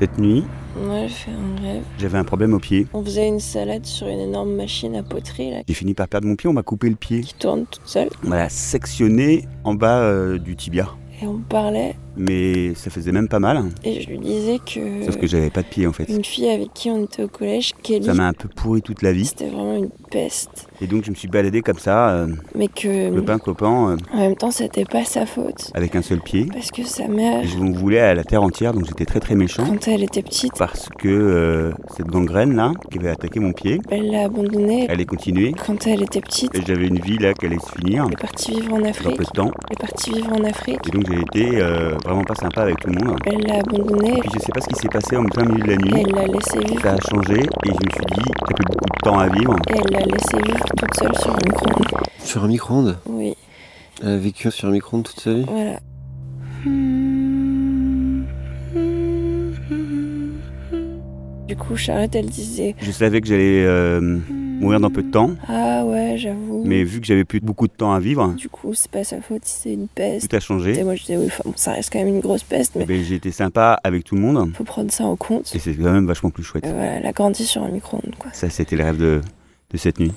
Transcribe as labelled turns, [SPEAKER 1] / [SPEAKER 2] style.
[SPEAKER 1] Cette nuit,
[SPEAKER 2] Ouais, j'ai fait un rêve.
[SPEAKER 1] j'avais un problème au pied.
[SPEAKER 2] On faisait une salade sur une énorme machine à poterie là,
[SPEAKER 1] J'ai fini par perdre mon pied, on m'a coupé le pied.
[SPEAKER 2] qui tourne toute seule.
[SPEAKER 1] On m'a sectionné en bas euh, du tibia.
[SPEAKER 2] Et on parlait
[SPEAKER 1] Mais ça faisait même pas mal, hein.
[SPEAKER 2] et je lui disais que,
[SPEAKER 1] sauf que j'avais pas de pied en fait.
[SPEAKER 2] une fille avec qui on était au collège, Kelly,
[SPEAKER 1] Ça m'a un peu pourri toute la vie.
[SPEAKER 2] c'était vraiment une peste.
[SPEAKER 1] Et donc je me suis baladé comme ça, euh,
[SPEAKER 2] Mais que
[SPEAKER 1] clopin, clopin, euh,
[SPEAKER 2] en même temps c'était pas sa faute.
[SPEAKER 1] avec un seul pied.
[SPEAKER 2] Parce que sa mère,
[SPEAKER 1] Et je m'en voulais à la terre entière, donc j'étais très très méchant.
[SPEAKER 2] quand elle était petite,
[SPEAKER 1] Parce que euh, cette gangrène là, qui avait attaqué mon pied,
[SPEAKER 2] elle l'a abandonnée.
[SPEAKER 1] elle est continuée.
[SPEAKER 2] Quand elle était petite,
[SPEAKER 1] Et j'avais une vie là qui allait se finir
[SPEAKER 2] elle est partie vivre en
[SPEAKER 1] dans
[SPEAKER 2] Afrique.
[SPEAKER 1] peu de temps.
[SPEAKER 2] Elle est partie vivre en Afrique.
[SPEAKER 1] Et donc j'ai été euh, vraiment pas sympa avec tout le monde.
[SPEAKER 2] Elle l'a abandonnée.
[SPEAKER 1] Puis je sais pas ce qui s'est passé en plein milieu de la
[SPEAKER 2] et
[SPEAKER 1] nuit.
[SPEAKER 2] Elle l'a laissée vivre.
[SPEAKER 1] Ça a changé et je me suis dit, t'as plus beaucoup de temps à vivre.
[SPEAKER 2] Et elle l'a laissée vivre toute seule sur une grande.
[SPEAKER 3] Sur un micro-ondes
[SPEAKER 2] Oui,
[SPEAKER 3] Elle a vécu sur un micro-ondes toute sa vie
[SPEAKER 2] voilà. Du coup, Charlotte, elle disait
[SPEAKER 1] Je savais que j'allais euh, mourir dans peu de temps,
[SPEAKER 2] Ah ouais, j'avoue.
[SPEAKER 1] mais vu que j'avais plus beaucoup de temps à vivre,
[SPEAKER 2] Du coup, c'est pas sa faute si c'est une peste.
[SPEAKER 1] tout a
[SPEAKER 2] Et
[SPEAKER 1] changé.
[SPEAKER 2] moi, je disais Oui, enfin, bon, ça reste quand même une grosse peste,
[SPEAKER 1] Eh
[SPEAKER 2] mais
[SPEAKER 1] ben, j'ai été sympa avec tout le monde
[SPEAKER 2] faut prendre ça en compte. Euh,
[SPEAKER 1] et c'est quand même vachement plus chouette.
[SPEAKER 2] Et voilà, elle a grandi sur un micro-ondes, quoi.
[SPEAKER 1] Ça, c'était le rêve de, de cette nuit.